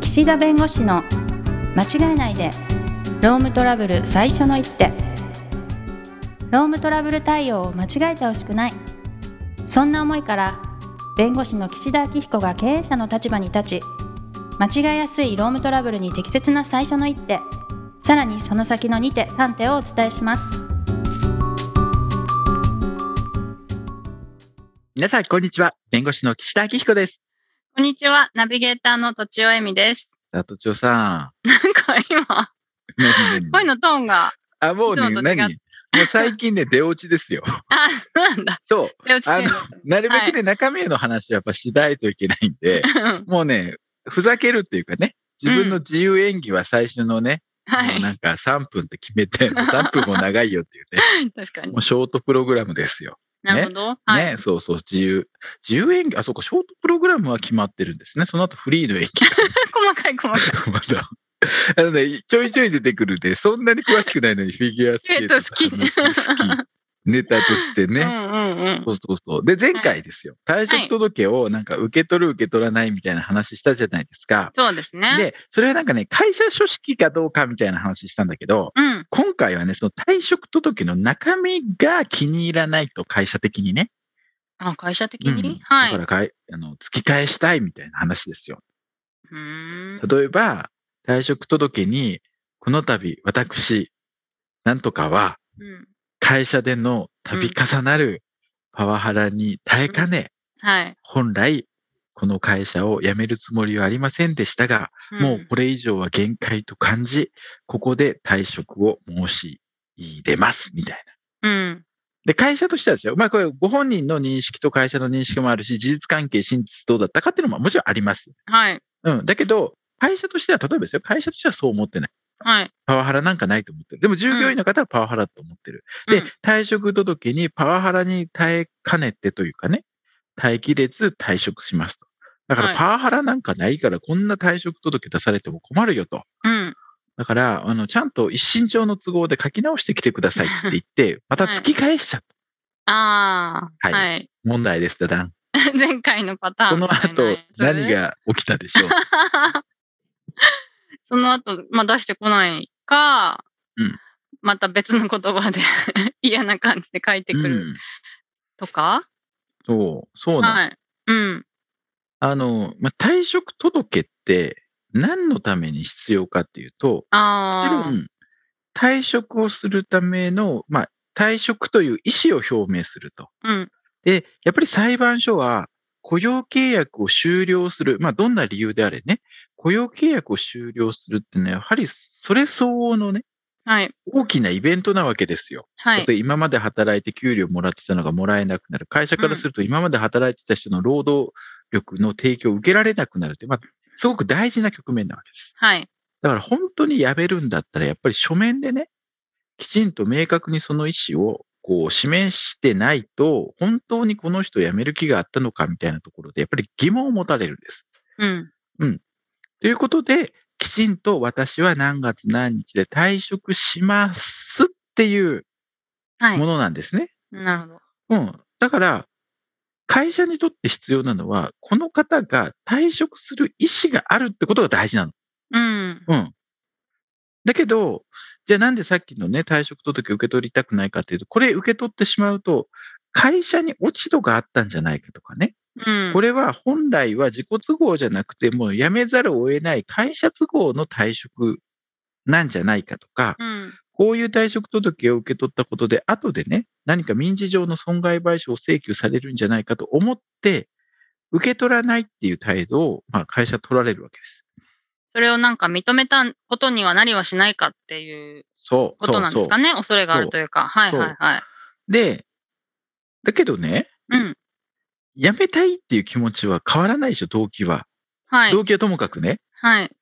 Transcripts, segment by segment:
岸田弁護士の間違えないでロームトラブル最初の一手ロームトラブル対応を間違えてほしくないそんな思いから弁護士の岸田明彦が経営者の立場に立ち間違えやすいロームトラブルに適切な最初の一手さらにその先の2手3手をお伝えします皆さん、こんにちは。弁護士の岸田明彦です。こんにちはナビゲーターのとちおえみです あ、とちおさなんか今ん。何何声のトーンがあ、もういつね、もと違う何もう最近ね、出落ちで すよ。あなんだそう。手落ちあてのる、なるべくね、中身への話はやっぱしないといけないん で、もうね、ふざけるっていうかね、自分の自由演技は最初のね、はもういなんか3分って決 めて、もう3分も長いよっていう確かね、にもうショートプログラムですよ。なるほど、はい、ね、そうそう、自由、自由演技、あ、そうか、ショートプログラムは決まってるんですね。その後フリーの演技 細かい細かい まだ。あのね、ちょいちょい出てくるで、そんなに詳しくないのにフィギュアスえケっーとト好きの話好き。ネタとしうてね。んうんうんそうそうそう。で、前回ですよ。退職届をなんか受け取る受け取らないみたいな話したじゃないですか。そうですねで、それはなんかね、会社組織かどうかみたいな話したんだけど、うん今回はね、その退職届の中身が気に入らないと会社的にね。あ会社的に、うんはいうだからかいあの、突き返したいみたいな話ですよ。ーん例えば、退職届に、この度、私、なんとかは、うん会社での度重なるパワハラに耐えかね、はい、本来、この会社を辞めるつもりはありませんでしたが、うんもうこれ以上は限界と感じ、ここで退職を申し出ます、みたいな。うんで、会社としてはですよ。まあ、これ、ご本人の認識と会社の認識もあるし、事実関係、真実どうだったかっていうのももちろんあります。はいうん。だけど、会社としては、例えばですよ、会社としてはそう思ってない。はいパワハラなんかないと思ってる。でも従業員の方はパワハラと思ってる。うんで、退職届にパワハラに耐えかねてというかね、耐えきれず退職しますと。だかはらいパワハラなんかないからこんな退職届出されても困るよと。うんだから、あの、ちゃんと一身上の都合で書き直してきてくださいって 言って、また突き返しちゃったああ、はいはい。 問題です、ダダン。前回のパターそンみのたいな後や、つ。何が起きたでしょう。 その後、まあ出してこないか、うんまた別の言葉で 嫌な感じで書いてくうるんとか、そう、そうなのはい。うん。あの、まあ、退職届って何のために必要かっていうと、もちろああ。ん退職をするための、まあ、退職という意思を表明すると。うん。で、やっぱり裁判所は雇用契約を終了する、まあ、どんな理由であれね、雇用契約を終了するってのは、やはりそれ相応のね、はい。大きなイベントなわけですよ。はだっい。て今まで働いて給料もらってたのがもらえなくなる。会社からすると今まで働いてた人の労働力の提供を受けられなくなるって、まあ、すごく大事な局面なわけです。はい。だから本当にやめるんだったら、やっぱり書面でね、きちんと明確にその意思をこう示してないと、本当にこの人辞める気があったのかみたいなところで、やっぱり疑問を持たれるんです。うん。ということで、きちんと私は何月何日で退職しますっていうはいも。のなんですね。なるほど。うん。だから、会社にとって必要なのは、この方が退職する意思があるってことが大事なの。うん。うん。だけど、じゃあなんでさっきのね、退職届受け取りたくないかっていうと、これ受け取ってしまうと、会社に落ち度があったんじゃないかとかね。うん。これは本来は自己都合じゃなくて、もう辞めざるを得ない会社都合の退職なんじゃないかとか、うん。こういう退職届を受け取ったことで、後でね、何か民事上の損害賠償を請求されるんじゃないかと思って、受け取らないっていう態度を、まあ、会社は取られるわけです。それをなんか認めたことにはなりはしないかっていうそう。ことなんですかね。ね。恐れがあるというか。はいそうはいはい。で、だけどね、うん。辞めたいっていう気持ちは変わらないでしょ、動機は。はい。動機はともかくね。はい。だか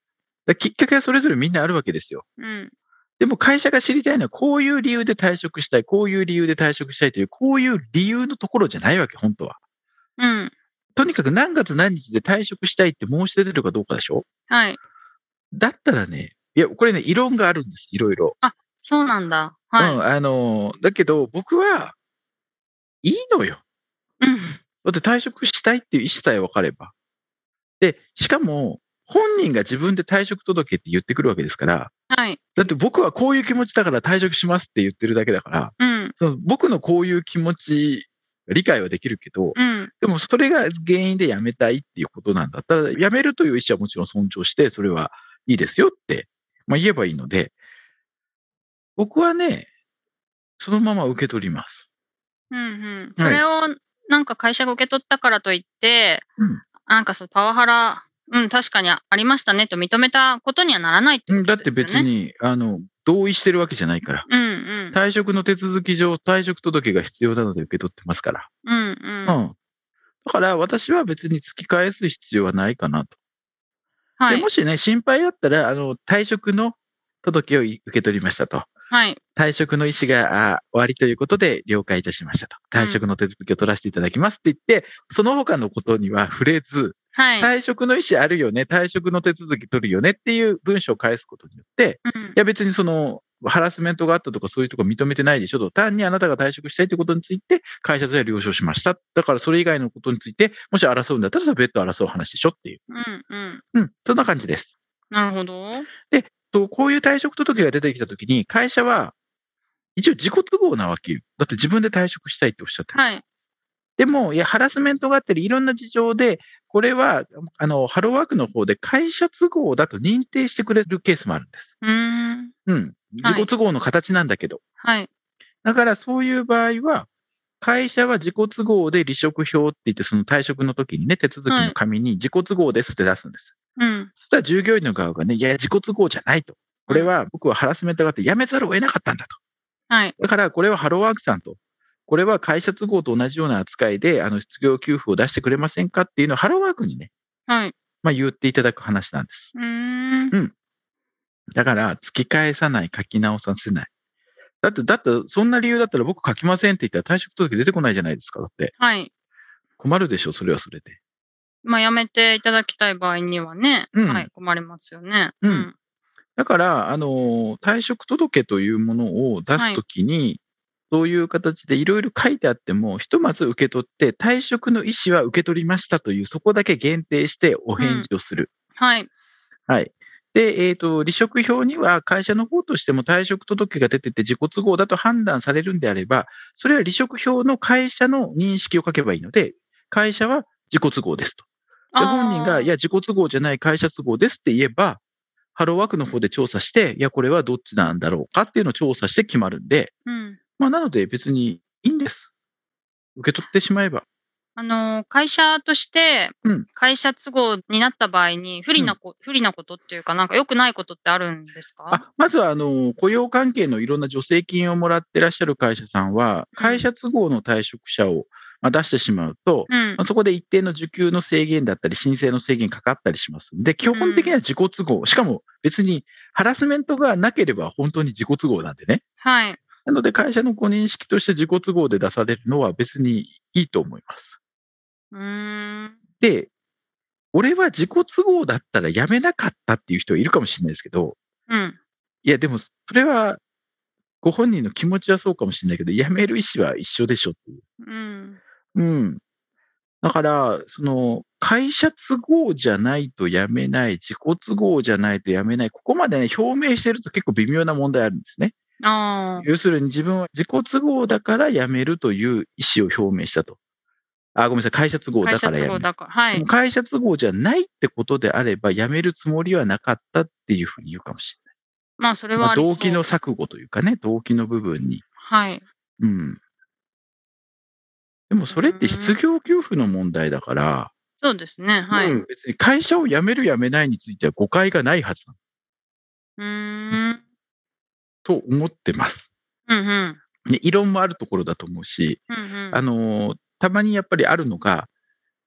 らきっかけはそれぞれみんなあるわけですよ。うん。でも会社が知りたいのは、こういう理由で退職したい、こういう理由で退職したいという、こういう理由のところじゃないわけ、本当は。うん。とにかく何月何日で退職したいって申し出てるかどうかでしょはい。だったらね、いや、これね、異論があるんです、いろいろ。そうなんだ。はい。うん、あのーだけど、僕は、いいのよ。うん。だって退職したいっていう意思さえ分かれば。で、しかも、本人が自分で退職届って言ってくるわけですから、はい。だって僕はこういう気持ちだから退職しますって言ってるだけだから、うん。その僕のこういう気持ち、理解はできるけど、うん。でもそれが原因で辞めたいっていうことなんだったら、辞めるという意思はもちろん尊重して、それはいいですよって、まあ、言えばいいので、僕はね、そのまま受け取ります。うん。うん。それを、なんか会社が受け取ったからといって、うんなんかそのパワハラ、うん、確かにありましたねと認めたことにはならないってうこんだとっでてすよね。別。に、あの、同意してるわけじゃないから。うんうん。退職の手続き上、退職届が必要なので受け取ってますから。うんううん。ん。だから私は別に突き返す必要はないかなと。はでいも。しね、心配だったら、あの、退職の届をい受け取りましたと。はい。退職の意思があ終わりということで了解いたしましたと。うん退職の手続きを取らせていただきますって言って、その他のことには触れず、はい。退職の意思あるよね、退職の手続き取るよねっていう文章を返すことによって、うんいや別にその、ハラスメントがあったとかそういうとこ認めてないでしょと。単にあなたが退職したいということについて会社としては了承しました。だからそれ以外のことについて、もし争うんだったらそれは別途争う話でしょっていう。うんうん。うん、そんな感じです。なるほど。と、こういう退職届が出てきたときに、会社は、一応自己都合なわけよ。だって自分で退職したいっておっしゃった。はい。でも、いや、ハラスメントがあったり、いろんな事情で、これは、あの、ハローワークの方で会社都合だと認定してくれるケースもあるんです。うーん。うん。自己都合の形なんだけど。はい。だから、そういう場合は、会社は自己都合で離職票って言って、その退職の時にね、手続きの紙に自己都合ですって出すんです。うん。そしたら従業員の側がね、いや、自己都合じゃないと。これは僕はハラスメントがあって辞めざるを得なかったんだと。はい。だからこれはハローワークさんと、これは会社都合と同じような扱いで、あの失業給付を出してくれませんかっていうのをハローワークにね、はい。まあ、言っていただく話なんです。うーん。だから、突き返さない、書き直させない。だって、だって、そんな理由だったら僕書きませんって言ったら退職届出てこないじゃないですか。だって、はい。困るでしょ、それはそれで。まあ、やめていただきたい場合にはね、うんはい、困りますよね。うん。だから、あのー退職届というものを出すときに、そういう形でいろいろ書いてあっても、ひとまず受け取って、退職の意思は受け取りましたという、そこだけ限定してお返事をする。はい。はい。で、えっ、と、離職票には会社の方としても退職届が出てて自己都合だと判断されるんであれば、それは離職票の会社の認識を書けばいいので、会社は自己都合ですと。で、あー本人が、いや、自己都合じゃない会社都合ですって言えば、ハローワークの方で調査して、いや、これはどっちなんだろうかっていうのを調査して決まるんで、うん。まあ、なので別にいいんです。受け取ってしまえば。あのー、会社としてうん、会社都合になった場合に、不利なこ、不利なことっていうか、なんか良くないことってあるんですかあまずは、あの、雇用関係のいろんな助成金をもらってらっしゃる会社さんは、会社都合の退職者をまあ出してしまうと、うんまあ。そこで一定の受給の制限だったり、申請の制限かかったりしますんで、基本的には自己都合、しかも別にハラスメントがなければ本当に自己都合なんでね。はい。なので、会社のご認識として自己都合で出されるのは別にいいと思います。うーん。で、俺は自己都合だったら辞めなかったっていう人いるかもしれないですけど、うん。いや、でも、それは、ご本人の気持ちはそうかもしれないけど、辞める意思は一緒でしょっていう。うん。うん。だから、その、会社都合じゃないと辞めない、自己都合じゃないと辞めない、ここまでね、表明してると結構微妙な問題あるんですね。ああ。要するに自分は自己都合だから辞めるという意思を表明したと。あ、ごめんなさい、会社都合会だ社から辞都め合る。だから。はでいも。会社都合じゃないってことであれば、辞めるつもりはなかったっていうふうに言うかもしれまあ、そなれい。まはあありそう動機の錯誤というかね、動機の部分に。はい。うん。でもそれって失業給付の問題だから、そうですね。はい。ううん別に会社を辞める辞めないについては誤解がないはずだーん。と思ってます。うんうん。ね、異論もあるところだと思うし、うんうん。あのーたまにやっぱりあるのが、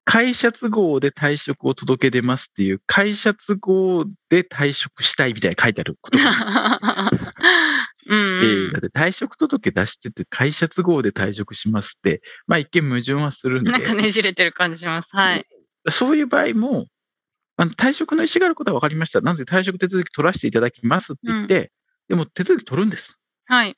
会社都合で退職を届け出ますっていう、会社都合で退職したいみたいに書いてあることがあっ うて、ん、だって退職届出してて、会社都合で退職しますって、まあ一見矛盾はするんでうん。、なんかねじれてる感じします。はい。そういう場合も、あの退職の意思があることは分かりました。なので退職手続き取らせていただきますって言って、でも手続き取るんです。はい。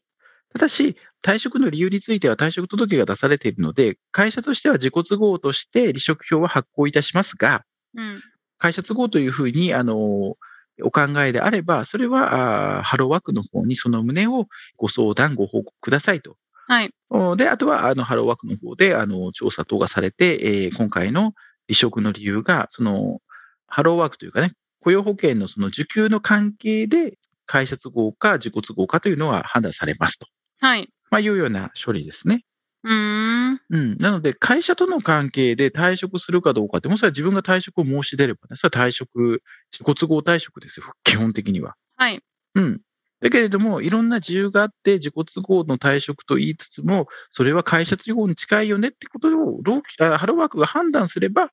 ただし、退職の理由については退職届が出されているので、会社としては自己都合として離職票は発行いたしますが、うん。会社都合というふうに、あの、お考えであれば、それは、あーハローワークの方にその旨をご相談、ご報告くださいと。はい。おで、あとは、あの、ハローワークの方で、あの、調査等がされて、えー今回の離職の理由が、その、ハローワークというかね、雇用保険のその受給の関係で、会社都合か自己都合かというのは判断されますと。はい。まあ、いうような処理ですね。うーん。うん、なので、会社との関係で退職するかどうかって、もうそれは自分が退職を申し出ればね、それは退職、自己都合退職ですよ、基本的には。はい。うん。だけれども、いろんな自由があって、自己都合の退職と言いつつも、それは会社都合に近いよねってことを労基あ、ハローワークが判断すれば、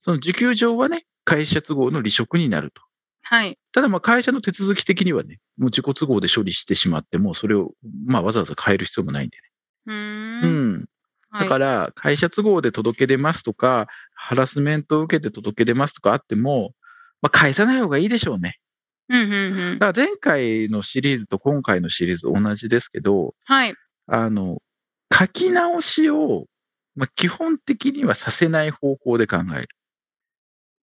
その受給上はね、会社都合の離職になると。はい。ただ、まあ会社の手続き的にはね、もう自己都合で処理してしまっても、それを、まあ、わざわざ変える必要もないんでうー。ね。うんん。はだい。から、会社都合で届け出ますとか、ハラスメントを受けて届け出ますとかあっても、まあ、返さない方がいいでしょうね。うんうんうん。だから前回のシリーズと今回のシリーズ同じですけど、はい。あの、書き直しを、まあ、基本的にはさせない方向で考える。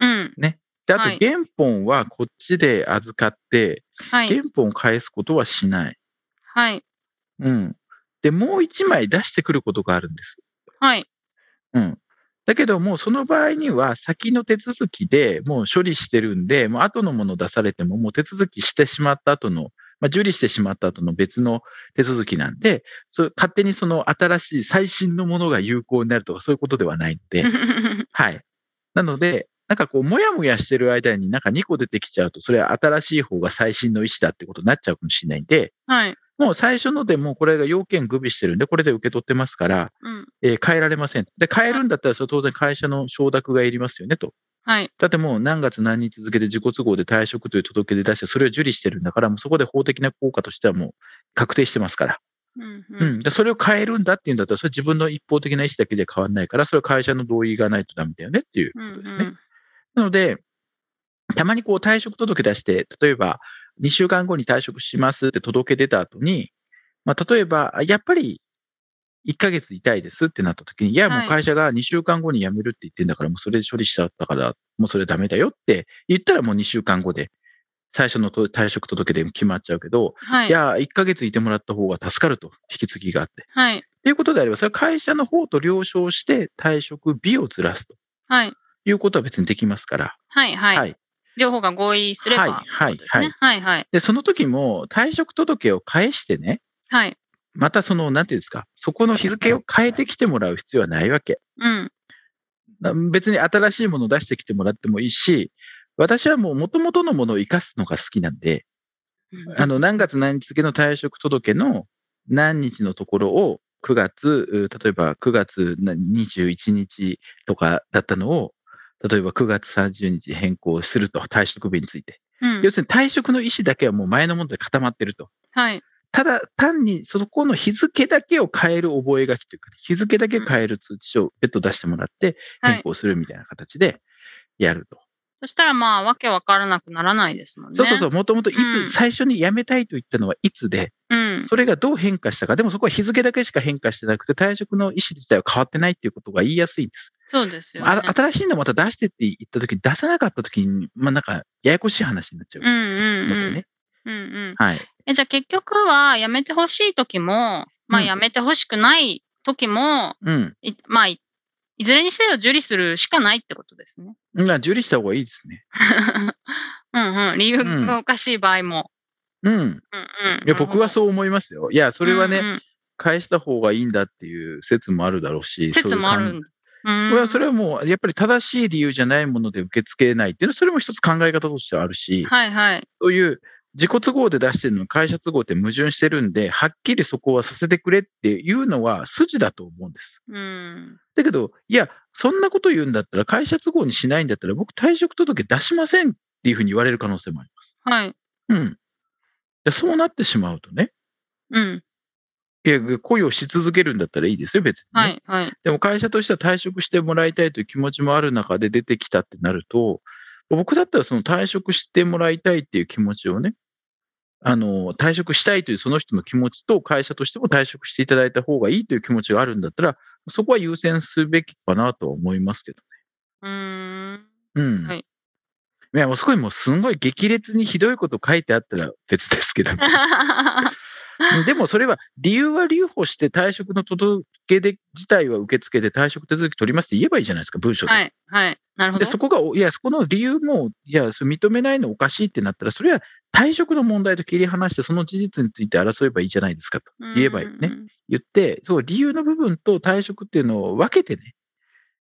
うん。で、あとはい原本はこっちで預かって、はい。原本を返すことはしない。はい。うん。で、もう一枚出してくることがあるんです。はい。うん。だけども、その場合には、先の手続きでもう処理してるんで、もう後のもの出されても、もう手続きしてしまった後の、まあ、受理してしまった後の別の手続きなんで、そう勝手にその新しい、最新のものが有効になるとか、そういうことではないので、はい。なので、なんかこう、もやもやしてる間になんか2個出てきちゃうと、それは新しい方が最新の意思だってことになっちゃうかもしれないんで、 はい。もう最初のでもうこれが要件具備してるんで、これで受け取ってますから、うん。えー変えられません。で、変えるんだったら、それ当然会社の承諾がいりますよねと。はい。だってもう何月何日付で自己都合で退職という届け出出して、それを受理してるんだから、もうそこで法的な効果としてはもう確定してますから。うんう。うんん。で、それを変えるんだっていうんだったら、それ自分の一方的な意思だけで変わんないから、それは会社の同意がないとダメだよねっていううことんですうね。ん。なので、たまにこう退職届出して、例えば2週間後に退職しますって届け出た後に、まあ、例えば、あやっぱり1ヶ月痛いですってなった時に、いや、はいもう会社が2週間後に辞めるって言ってんだから、もうそれで処理しちゃったから、もうそれダメだよって言ったらもう2週間後で、最初のと退職届で決まっちゃうけど、、はいい。や、1ヶ月いてもらった方が助かると、引き継ぎがあって。はい。ということであれば、それは会社の方と了承して退職日をずらすとはい。いうことは別にできますから、はい。ははいい。両方が合意すれば。はいはいってことですねはい。はい。で、その時も退職届を返してね、はい。またその、なんていうんですか、そこの日付を変えてきてもらう必要はないわけ。うん。な別に新しいものを出してきてもらってもいいし、私はもう元々のものを生かすのが好きなんで、あの、何月何日付の退職届の何日のところを9月、う例えば9月な21日とかだったのを、例えば9月30日に変更すると、退職日について。うん要するに退職の意思だけはもう前のもので固まってると。はい。ただ単にそこの日付だけを変える覚書というかね、日付だけ変える通知書を別途出してもらってはい変更するみたいな形でやると。そしたらまあ、わけわからなくならないですもんね。そうそうそう、もともといつ、うん最初に辞めたいと言ったのはいつで、うん。それがどう変化したか、でもそこは日付だけしか変化してなくて、退職の意思自体は変わってないっていうことが言いやすいんです。そうですよあね。新しいのまた出してって言った時に出さなかった時に、まあなんかややこしい話になっちゃううんうんのでうん。ね。うんうん。はい。えじゃあ結局は、辞めてほしい時も、まあ、うん辞めてほしくない時も、うん。いまあ、いいずれにせよ受理するしかないってことですね。 まあ、受理した方がいいですね。うんうん。理由がおかしい場合も。うん。うんうん。いや、僕はう。そう思いますよ。いや、それはね、うんうん返した方がいいんだっていう説もあるだろうし、説もあそういうる考んだ。うんえこれはそれはもう、やっぱり正しい理由じゃないもので受け付けないっていうのは、それも一つ考え方としてはあるし、はいはい。そういう自己都合で出してるのに会社都合って矛盾してるんで、はっきりそこはさせてくれっていうのは筋だと思うんです。うん。だけど、いや、そんなこと言うんだったら、会社都合にしないんだったら、僕退職届出しませんっていうふうに言われる可能性もあります。はい。うん。でそうなってしまうとね、うん。いや、雇用し続けるんだったらいいですよ、別にね、はいはい。でも会社としては退職してもらいたいという気持ちもある中で出てきたってなると、僕だったらその退職してもらいたいっていう気持ちをね、あの、退職したいというその人の気持ちと会社としても退職していただいた方がいいという気持ちがあるんだったら、そこは優先すべきかなとは思いますけど うーん。ね。うん。はいいや、もうすごい、もうすんごい激烈にひどいこと書いてあったら別ですけど、でもそれは理由は留保して退職の届け出自体は受け付けて退職手続き取りますって言えばいいじゃないですか、文書で。はい、はい。なるほで、ど。そこが、いや、そこの理由も、いや、それ認めないのおかしいってなったら、それは退職の問題と切り離して、その事実について争えばいいじゃないですかと言えばいいね。うん言って、そう、理由の部分と退職っていうのを分けてね、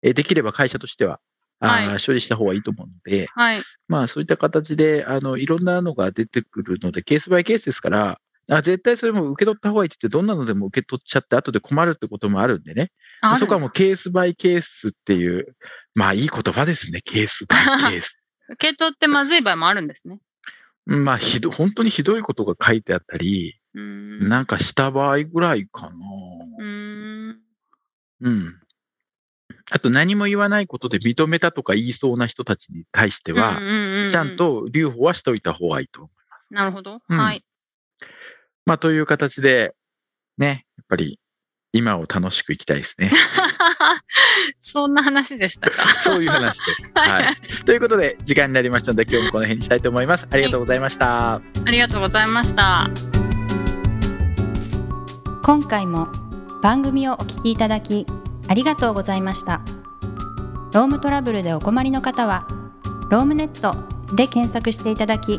えできれば会社としては、あーはい処理した方がいいと思うので、はい。まあそういった形で、あの、いろんなのが出てくるので、ケースバイケースですから、あ絶対それも受け取った方がいいって言って、どんなのでも受け取っちゃって、後で困るってこともあるんでね。あそこはあもうケースバイケースっていう、まあいい言葉ですね、ケースバイケース。る受け取ってまずい場合もあるんですね。うんまあひど、本当にひどいことが書いてあったり、うーん。なんかした場合ぐらいかな。うーん。うん。あと何も言わないことで認めたとか言いそうな人たちに対してうは、うううちゃん。と留保はしておいた方がいいと。なるほど。うんはい。 まあという形で、ね、やっぱり今を楽しく生きたいです ね。そんな話でしたか。そういう話です。はいはい。ということで、時間になりましたので、今日もこの辺にしたいと思います。ありがとうございました。ありがとうございました。今回も番組をお聞きいただきありがとうございましたロームトラブルでお困りの方は「ロームネット」で検索していただき